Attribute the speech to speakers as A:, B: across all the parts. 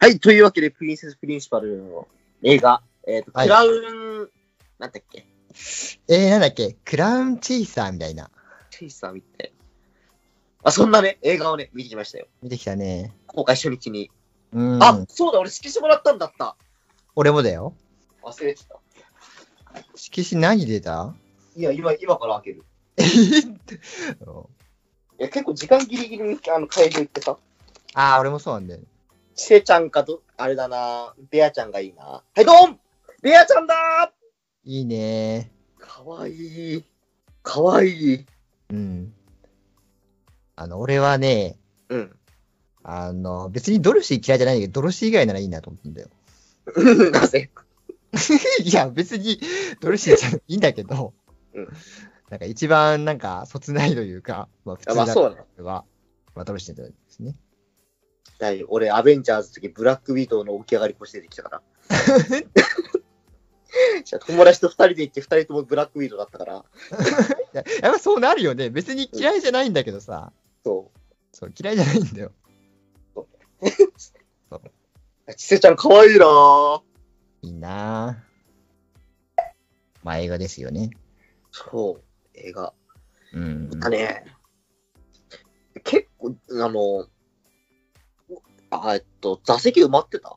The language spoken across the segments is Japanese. A: はい、というわけで、プリンセス・プリンシパルの映画、えっ、と、
B: はい
A: クラウン、なんだっけ、
B: えー、なんだっけクラウンチェイサーみたいな。
A: チェイサーみたいな。あ、そんなね、映画をね、見てきましたよ。
B: 見てきたね。
A: 公開初日に。
B: うん。
A: あ、そうだ、俺、色紙もらったんだった。
B: 俺もだよ。
A: 忘れてた。
B: 色紙何出た
A: いや、今、今から開ける。
B: えーっと
A: いや、結構時間ギリギリに、あの、会場行ってさ、
B: あー、俺もそうなんだよ。
A: チセちゃんかと、あれだな、ベアちゃんがいいな。はい、どんベアちゃんだ
B: いいね
A: ーかわいい。かわいい。
B: うん。あの、俺はね、
A: うん。
B: あの、別にドルシー嫌いじゃないんだけど、ドルシー以外ならいいなと思ったんだよ。
A: なぜ
B: いや、別にドルシーじゃいいんだけど、
A: うん
B: なんか一番なんか、そつないというか、まあ普通
A: まあそうだね
B: のは、まあドルシーですね。
A: だい俺、アベンジャーズの時、ブラックウィドウの起き上がり越して出てきた から。じゃあ友達と二人で行って、二人ともブラックウィドウだったから。
B: いややっぱそうなるよね。別に嫌いじゃないんだけどさ、
A: そ
B: そう、嫌いじゃないんだよ。
A: う。ちせちゃん、かわいいなぁ。
B: いいなぁ。まあ映画ですよね。
A: そう、映画。
B: うん。
A: だね。結構、あの、あえっと、座席埋まってた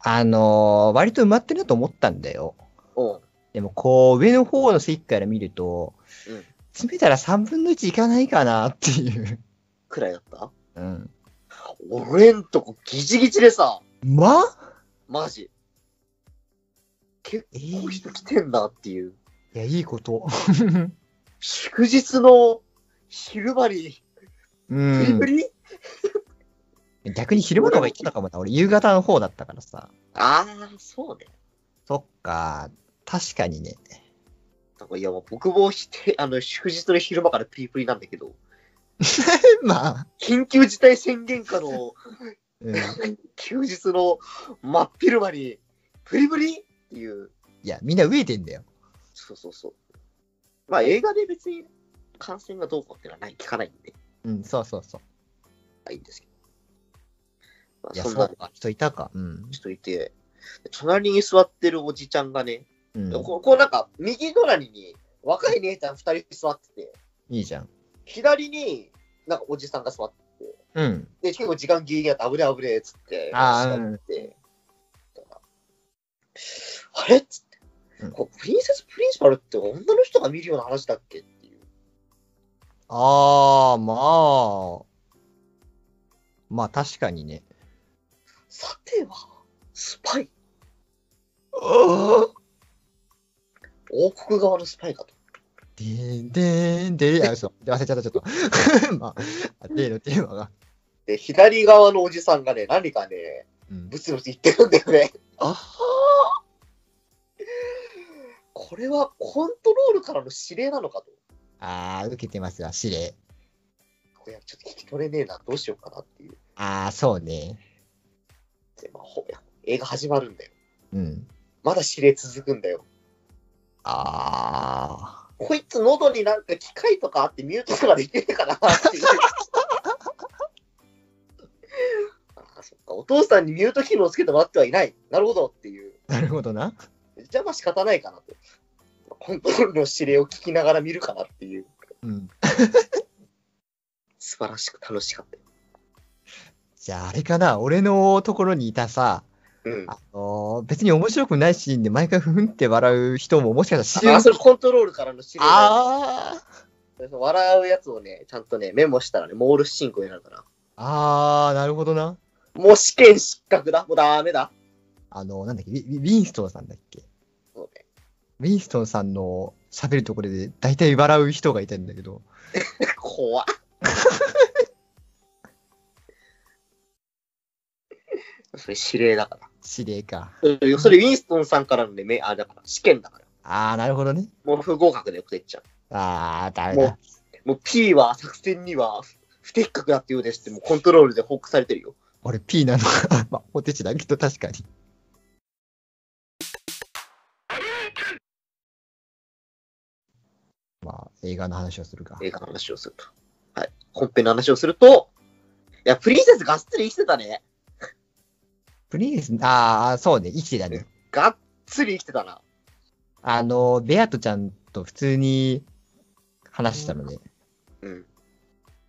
B: あのー割と埋まってるなと思ったんだよ。
A: うん。
B: でもこう、上の方の席から見ると、
A: うん
B: 詰めたら3分の1いかないかなっていう。
A: くらいだった
B: うん。
A: 俺んとこギチギチでさ、
B: ま
A: マジ。結
B: え
A: 構
B: ー
A: 人来てんだっていう。
B: いや、いいこと。
A: 祝日の昼間に、
B: う
A: プリ
B: ん
A: プ。リ、
B: 逆に昼間の方が行ってたかもな。俺、夕方の方だったからさ。
A: ああ、そうね。
B: そっか。確かにね。
A: なんかいや、もう僕もして、あの、祝日の昼間からプリプリなんだけど、
B: まあ。
A: 緊急事態宣言下の
B: うん、
A: 休日の真っ昼間に、プリプリっていう、
B: いや、みんな飢えてんだよ。
A: そうそうそう。まあ映画で別に感染がどうこうっていうのはない、聞かないんで、
B: うん、そうそうそう。
A: まあいいんですけど。ま
B: いや、
A: あ、そ
B: そ
A: んな
B: うか。人いたか。うん。
A: 人いて、隣に座ってるおじちゃんがね、
B: うん、
A: こうこうなんか右隣に若い姉ちゃん2人座ってて、
B: いいじゃん。
A: 左になんかおじさんが座って
B: うん。
A: で、結構時間ギリギリだった、危ねえ危ねえっつって、
B: あー
A: 走って、あれっつって、
B: うん
A: こうプリンセス・プリンシパルって女の人が見るような話だっけっていう。
B: ああ、まあ。まあ、確かにね。
A: さては、スパイ王国側のスパイかと。
B: でーんでーんでーん。あ、嘘。忘れちゃった、ちょっと。 まあ、例のテーマが。
A: で、左側のおじさんがね、何かね、
B: うん
A: ブ、ツブツ言ってるんだよね。
B: あ
A: これはコントロールからの指令なのかと。
B: あー、受けてますわ、指令。
A: これちょっと聞き取れねえな、どうしようかなっていう。
B: あー、そうね。
A: で、まあ、ほ映画始まるんだよ。
B: うん。
A: まだ指令続くんだよ。
B: あ
A: こいつ喉になんか機械とかあってミュートとかできるかなっていう。ああ、そっか。お父さんにミュート機能をつけてもらってはいない。なるほどっていう。
B: ー、なるほどな。
A: じゃあまあ仕方ないかなと。コントロールの指令を聞きながら見るかなっていう。
B: うん。
A: 素晴らしく楽しかったよ。
B: じゃあ、あれかな。俺のところにいたさ、
A: うん。
B: あのー別に面白くないシーンで毎回ふふんって笑う人ももしかしたら
A: あ、
B: 指
A: そ
B: 令
A: れコントロールからの指令だよ。
B: あー
A: 笑うやつをね、ちゃんとね、メモしたらね、モールス進行になるから。
B: あー、なるほどな。
A: もう試験失格だ。もうダメだ。
B: あの、なんだっけ、ウィウィウィンストンさんだっけ。
A: そうね。
B: ウィンストンさんの喋るところで大体笑う人がいたんだけど、
A: 怖っ それ指令だから。
B: 指令か。
A: うんそれウィンストンさんからのね、めあだから試験だから。
B: あー、なるほどね。
A: もう不合格で送ってっちゃ
B: あー、ダメ
A: もう
B: だ。
A: う。もう P は作戦には不不適格だっていうですって、もうコントロールで報告されてるよ。
B: 俺 P なの か。まあ、お手ちだけど確かに。まあ、映画の話をするか。
A: 映画の話をすると。はい。本編の話をすると、いや、プリンセスがっつり生きてたね。
B: プリンス、ああ、そうね、生きてたね。
A: がっつり生きてたな。
B: あの、ベアトちゃんと普通に話してたので、
A: うん。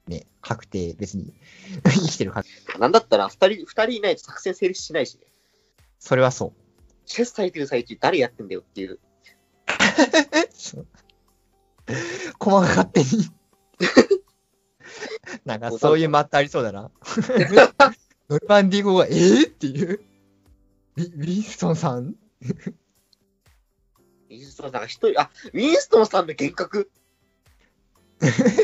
B: ね、確定、別に。 生きてる確定。
A: なんだったら、二人、二人いないと作戦成立しないしね。
B: それはそう。
A: チェス炊いてる最中誰やってんだよっていう。
B: そう駒が勝手に。なんかそういうマットありそうだな。ノルマンディー語がえー、っていう。ウィウィンストンさ
A: ウ
B: ん
A: ィンストンさんが一人、あ、ウィンストンさんの幻覚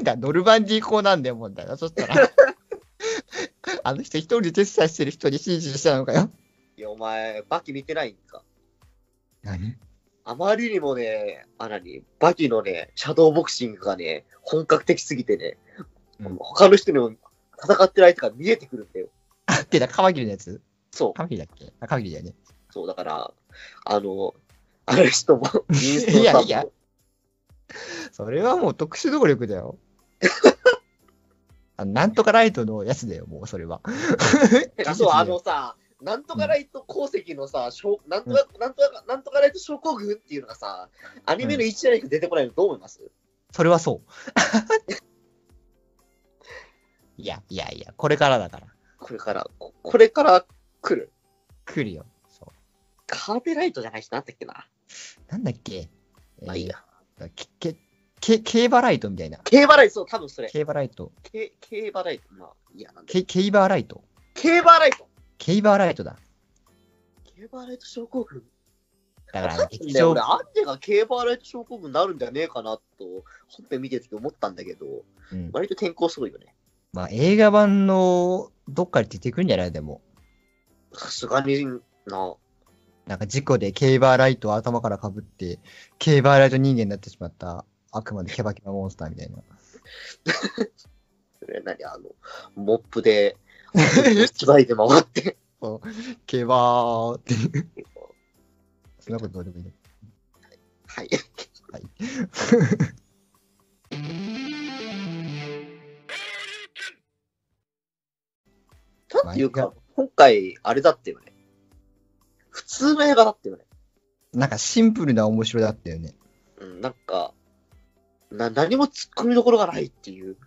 B: だノルマンディー語なんだよ、もんだな。そしたら。あの人一人でテストしてる人に指示したのかよ。
A: いや、お前、バキ見てないんか。
B: 何
A: あまりにもね、あなに、バキのね、シャドーボクシングがね、本格的すぎてね、
B: うん
A: 他の人にも戦ってる相手が見えてくるんだよ。
B: あってた、カマキリのやつ
A: そう、
B: カマキリだっけあカマキリだよね。
A: そう、だから、あの、あの人も、ウィンストン
B: い
A: さん
B: や
A: も、
B: いやそれはもう特殊能力だよ。あなんとかライトのやつだよ、もうそれは。
A: てかそう、あのさ、なんとかライト鉱石のさ、しょうなんとか、なんとか、なんとかライト症候群っていうのがさ、アニメの一覧に出てこないのどう思います、
B: それ はそう。いや、いやいや、これからだから。
A: これから、ここれから来る。
B: 来るよ。そ
A: カーペライトじゃない人なんだっけな。
B: うなんだっけ
A: まあいい。や。
B: えーけ、け、け、競馬ライトみたいな。
A: 競馬ライト、そう、多分それ。
B: 競馬ライト。
A: け競馬ライト。まあ、いや、なんだ。
B: け、競馬ライト。
A: 競馬ライト。
B: 競馬ライトだ。
A: 競馬ライト症候群。
B: だから、劇
A: ね、
B: 場
A: 俺、、アンジェが競馬ライト症候群になるんじゃねえかなと、本編見てる時思ったんだけど、
B: うん。
A: 割と転校するよね。
B: まあ、映画版のどっかに出てくるんじゃないでも。
A: さすがにな。
B: なんか事故で競馬ライトを頭からかぶって、競馬ライト人間になってしまった悪魔のケバケバモンスターみたいな。
A: それ何あの、モップ で、芝居で回って。
B: 競馬ーっていう。そんなことどうでもいいね。
A: はい。なんていう
B: まあ
A: か、今回、あれだったよね。普通の映画だったよね。
B: なんかシンプルな面白だったよね。
A: うん、なんか、な何も突っ込みどころがないっていう。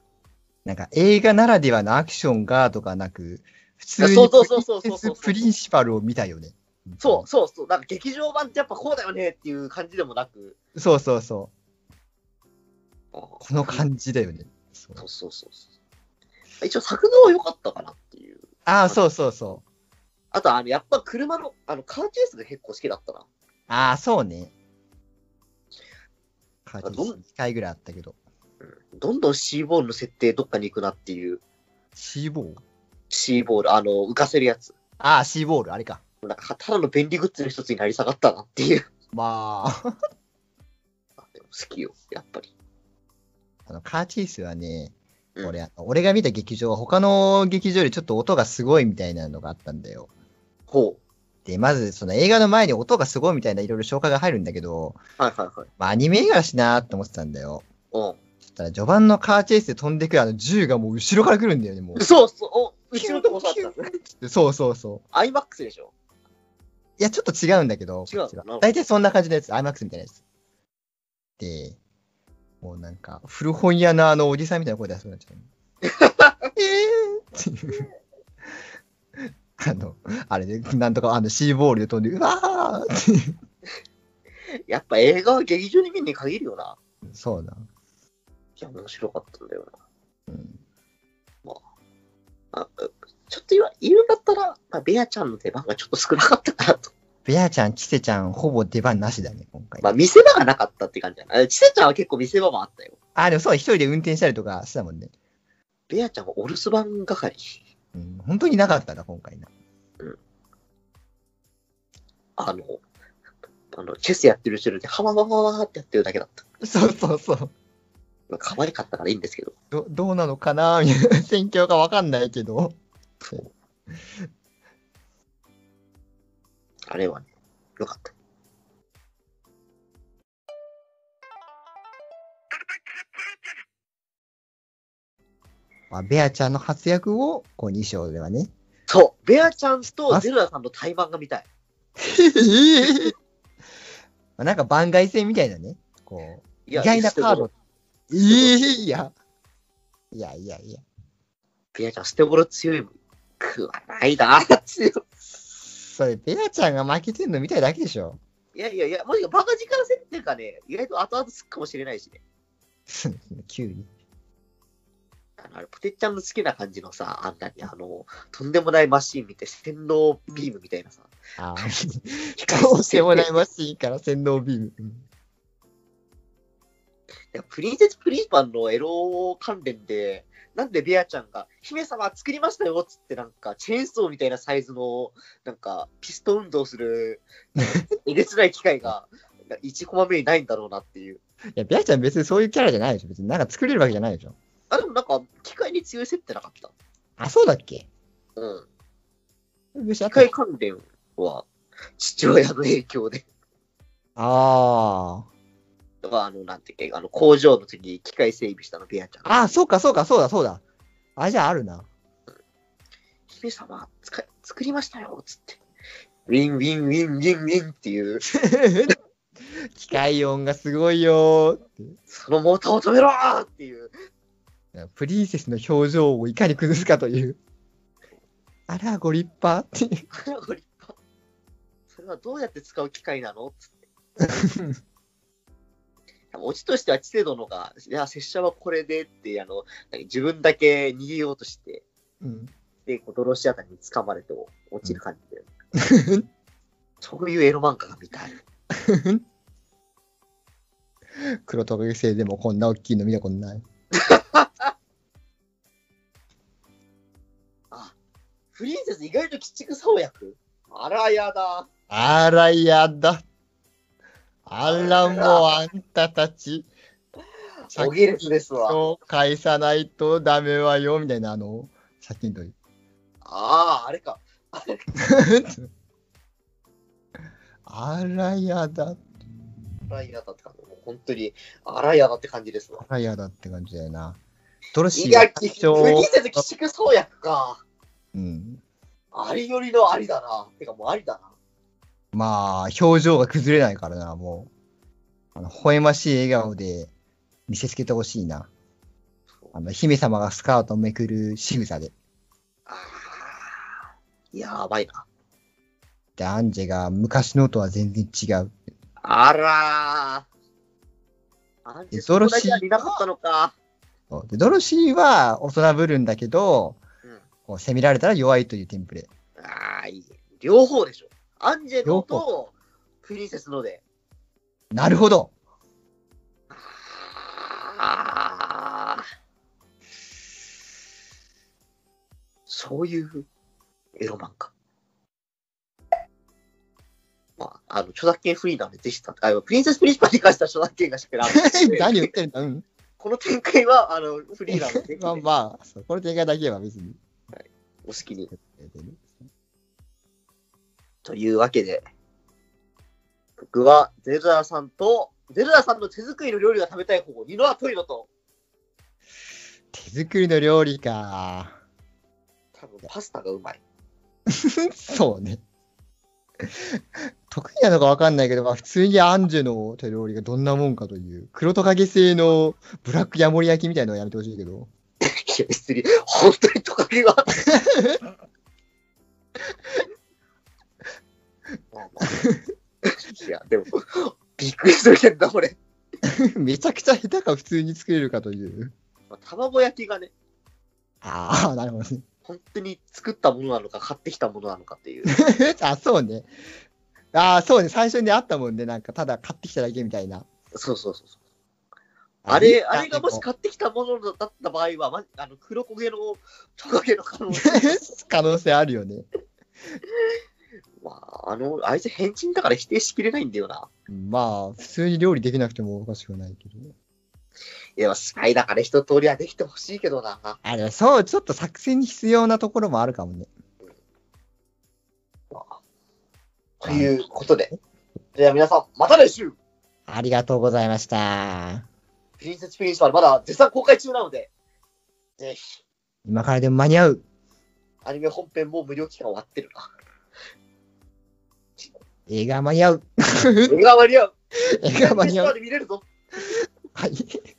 B: なんか映画ならではのアクションがとかなく、普通に
A: そうそうそうそうそうそう
B: プリンシパルを見たよね。
A: そうそうそう。なんか劇場版ってやっぱこうだよねっていう感じでもなく。
B: う。そうそうそう。
A: こ
B: この感じだよね。そう
A: そうそうそうそう。一応作動は良かったかなっていう。
B: ああ、そうそうそう。
A: あと、あの、やっぱ車の、あの、カーチェイスが結構好きだったな。
B: ああ、そうね。カー
A: どん
B: ティス2回ぐらいあったけど。
A: どんどんシーボールの設定どっかに行くなっていう。
B: シーボール
A: シーボール、あの、浮かせるやつ。
B: ああ、シーボール、あれか。
A: なんか、ただの便利グッズの一つになり下がったなっていう。
B: まあ、
A: あでも好きよ、やっぱり。
B: あのカーチェイスは
A: う
B: ね、
A: ん
B: 俺あの俺が見た劇場は他の劇場よりちょっと音がすごいみたいなのがあったんだよ。
A: ほう。
B: で、まず、その映画の前に音がすごいみたいないろいろ紹介が入るんだけど、
A: はいはいはい。
B: まあ、アニメ映画だしなーって思ってたんだよ。
A: う
B: そしたら、序盤のカーチェイスで飛んでくるあの銃がもう後ろから来るんだよね、も
A: ん。そうそう、お後ろとこ触った。
B: う。そうそうそう。
A: アイマックスでしょ。
B: いや、ちょっと違うんだけど、
A: 違う
B: こっちは
A: なるほど
B: 大体そんな感じのやつ、IMAX みたいなやつ。で、もうなんか、古本屋のあのおじさんみたいな声出しそうになっ ちゃう。えーっていう。あの、あれで、なんとか、あの、シーボールで飛んで、うわーっていう。
A: やっぱ映画は劇場に見るに限るよな。
B: そうだ。
A: いや、面白かったんだよな。
B: うん
A: あうちょっと今言うんだったら、まあ、ベアちゃんの出番がちょっと少なかったかなと。
B: ベアちゃん、キセちゃん、ほぼ出番なしだね、今回。
A: まあ、見せ場がなかったって感じだな。あちせちゃんは結構見せ場もあったよ。
B: あ、でもそう、一人で運転したりとかしてたもんね。
A: ベアちゃんはお留守番係。
B: うん、本当になかったな、今回な。
A: あの、あの、チェスやってる後ろで、ハワワワワってやってるだけだった。
B: そうそうそう。
A: まあ、可愛かったからいいんですけど。
B: どどうなのかなみたいな、戦況がわかんないけど。
A: あれはね、よかった。
B: まあ、ベアちゃんの活躍を、こう、2章ではね、
A: そう、ベアちゃんとゼルダさんの対マンが見たい。
B: まあなんか番外戦みたいなね。こう、
A: い
B: 意外なカード。
A: ても
B: いや。いやいやいや。
A: ベアちゃん、捨て頃強いもん。食わないな、 強い。
B: それ、ペアちゃんが負けてんの見たいだけでしょ。
A: いやいやいや、もしかバカ力戦っていうかね、意外と後々つくかもしれないしね。
B: 急に。
A: あのあれポテッちゃんの好きな感じのさ、あんなに、あの、とんでもないマシン見て、洗脳ビームみたいなさ。
B: ああ。 どうしてもらいますいいから、洗脳ビーム。うん
A: いやプリンセスプリンパンのエロ関連で、なんでベアちゃんが、姫様作りましたよっつって、なんか、チェーンソーみたいなサイズの、なんか、ピストン運動す る、えげつない機械が、1コマ目にないんだろうなっていう。
B: いや、ペアちゃん別にそういうキャラじゃないでしょ。別になんか作れるわけじゃないでしょ。
A: あ、でもなんか、機械に強い設定なかった。
B: あ、そうだっけ
A: うん。
B: 別に
A: 機
B: あった
A: 械関連は、父親の影響で。
B: あー
A: だからあの、なんていうか、あの、工場の時に機械整備したの、ベアちゃんが。
B: あー、そうかそうかそうだそうだ。あ、じゃああるな。
A: 姫様使い、作りましたよっつって。ウィンウィンウィンウィンウィンっていう、
B: 機械音がすごいよ
A: そのモーターを止めろーっていう。
B: ー。プリンセスの表情をいかに崩すかという。あら、ご立派 っていう。
A: あらご立派それはどうやって使う機械な のつって。多分オチとしては知性殿が、いや、拙者はこれでって、あの、何自分だけ逃げようとして、
B: うん、
A: で、こう泥仕あたりに掴まれて落ちる感じで。 そういうエロ漫画が見たい。
B: 黒トゲ星でもこんな大きいの見たことない。
A: プリンセス意外と鬼畜爽やくあらやだ。
B: あら、やだ。あら、もうあんたたち。
A: おぎれつですわ。
B: そう返さないとダメはよ、みたいな、あの、借金取り。
A: ああ、あれか。
B: あら、やだ。
A: あらやだって感じ。もう本当に、あらやだって感じですわ。
B: あら、やだって感じだよな。ドロシ
A: い
B: ーが
A: や、
B: 多
A: きプ
B: 少
A: リンセス鬼畜爽やくか。
B: うん、
A: ありよりのありだな。てかもうありだな。
B: まあ、表情が崩れないからな、もう。あの、微笑ましい笑顔で見せつけてほしいな。あの、姫様がスカートをめくる仕草で。
A: あーやばいな。
B: で、アンジェが昔のとは全然違う。
A: あらー。あんじ
B: えゾロシー
A: そこだけはいなかったのか。
B: そうで、ドロシーは大人ぶるんだけど、
A: うん。
B: こう攻められたら弱いというテンプレ。
A: ああ、いい。両方でしょ。アンジェ
B: 両
A: の
B: 方
A: と、プリンセスので。
B: なるほど
A: あーそういうエロ漫画。まあ、あの、著作権フリーなんで、ぜひ、あのプリンセス・プリンシパルに関しては著作権がしかない
B: 何言ってるんだうん。
A: この展開は、あの、フリーなんで、ぜひ
B: まあ
A: ね
B: まあ、そうこの展開だけは別に。
A: お好きに。というわけで、僕はゼルダさんと、ゼルダさんの手作りの料理が食べたい方、ニノアトイロと、
B: 手作りの料理か。
A: 多分パスタがうまい。
B: そうね。得意なのか分かんないけど、まあ、普通にアンジェの手料理がどんなもんかという、黒トカゲ製のブラックヤモリ焼きみたいなのはやめてほしいけど、
A: いや、別に、本当にトカ ゲが。まあまあいや、でも、びっくりするけどな、これ。
B: めちゃくちゃ下手か普通に作れるかという。
A: まあ卵焼きがね、
B: ああ、なるほどね。
A: 本当に作ったものなのか、買ってきたものなのかっていう。
B: あ、そうね。ああ、そうね。最初にあったもんで、なんかただ買ってきただけみたいな。
A: そうそうそうそう。あれ、あれがもし
B: か。
A: 買ってきたものだった場合は、ま、あの黒焦げのトカゲの可能 性。
B: 可能性あるよね。
A: まあ、あの、あいつ変人だから否定しきれないんだよな。
B: まあ、普通に料理できなくてもおかしくはないけど。
A: いや、スパイだから一通りはできてほしいけどな。ま
B: あ、でもそう、ちょっと作戦に必要なところもあるかもね。
A: あということで、では皆さん、また来週
B: ありがとうございました。
A: プリンセス・プリンシパルまだ絶賛公開中なので、ぜひ。
B: 今からでも間に合う。
A: アニメ本編もう無料期間終わってるな。
B: 映画間に合う。
A: 映画間に合う。
B: 映画間に
A: ス
B: 合う
A: パ。で見れるぞ。
B: はい。